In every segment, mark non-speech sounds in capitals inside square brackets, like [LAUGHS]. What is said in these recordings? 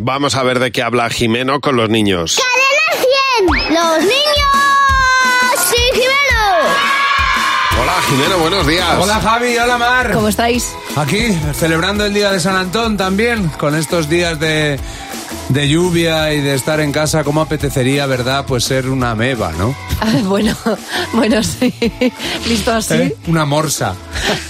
Vamos a ver de qué habla Jimeno con los niños. ¡Cadena 100! ¡Los niños! ¡Sí, Hola Jimeno, buenos días. Hola Javi, hola Mar. ¿Cómo estáis? Aquí, celebrando el Día de San Antón también, con estos días de, de lluvia y de estar en casa, ¿cómo apetecería, verdad, pues ser una meba, no? Ah, Bueno, bueno, sí. Listo así. ¿Eh? Una morsa. [LAUGHS]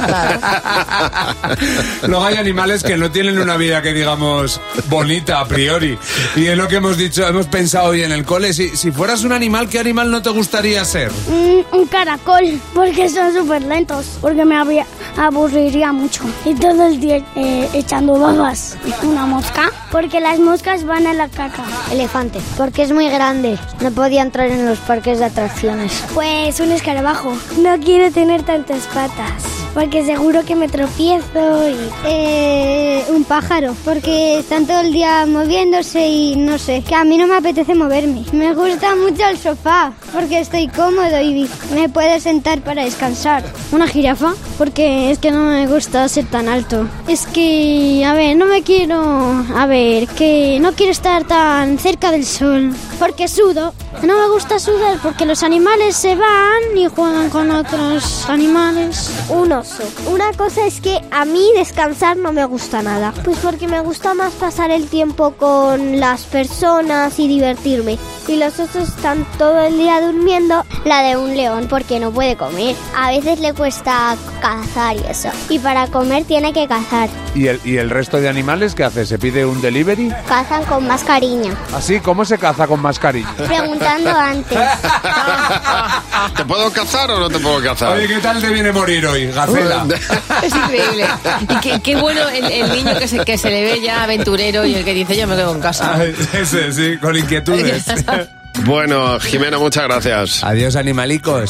Luego hay animales que no tienen una vida que digamos bonita a priori. Y es lo que hemos dicho, hemos pensado hoy en el cole. Si, si fueras un animal, ¿qué animal no te gustaría ser? Un, Mm, un caracol, porque son súper lentos, porque me habría- aburriría mucho. Y todo el día eh, echando babas. Una mosca, porque las moscas van a la caca. Elefante, porque es muy grande. No podía entrar en los parques de atracciones. Pues un escarabajo. No quiero tener tantas patas, porque seguro que me tropiezo y... Eh, un pájaro, porque están todo el día moviéndose y no sé, que a mí no me apetece moverme. Me gusta mucho el sofá, porque estoy cómodo y me puedo sentar para descansar. Una jirafa, porque es que no me gusta ser tan alto. Es que, a ver, no me quiero, a ver, que no quiero estar tan cerca del sol, porque sudo. No me gusta sudar porque los animales se van y juegan con otros animales. Un oso. Una cosa es que a mí descansar no me gusta nada. Pues porque me gusta más pasar el tiempo con las personas y divertirme. Y los osos están todo el día durmiendo. La de un león porque no puede comer. A veces le cuesta cazar y eso. Y para comer tiene que cazar. ¿Y el, y el resto de animales qué hace? ¿Se pide un delivery? Cazan con más cariño. Así, ¿cómo se caza con mascarilla? Preguntando antes. [LAUGHS] ¿Te puedo cazar o no te puedo cazar? Oye, ¿qué tal te viene morir hoy, [LAUGHS] Gacela? Es increíble. Y qué, qué bueno el, el niño que se, que se le ve ya aventurero y el que dice yo me quedo en [LAUGHS] casa. Ay, Ese, Ah, sí, con inquietudes. Bueno, Jimeno, muchas gracias. [LAUGHS] Adiós, animalicos.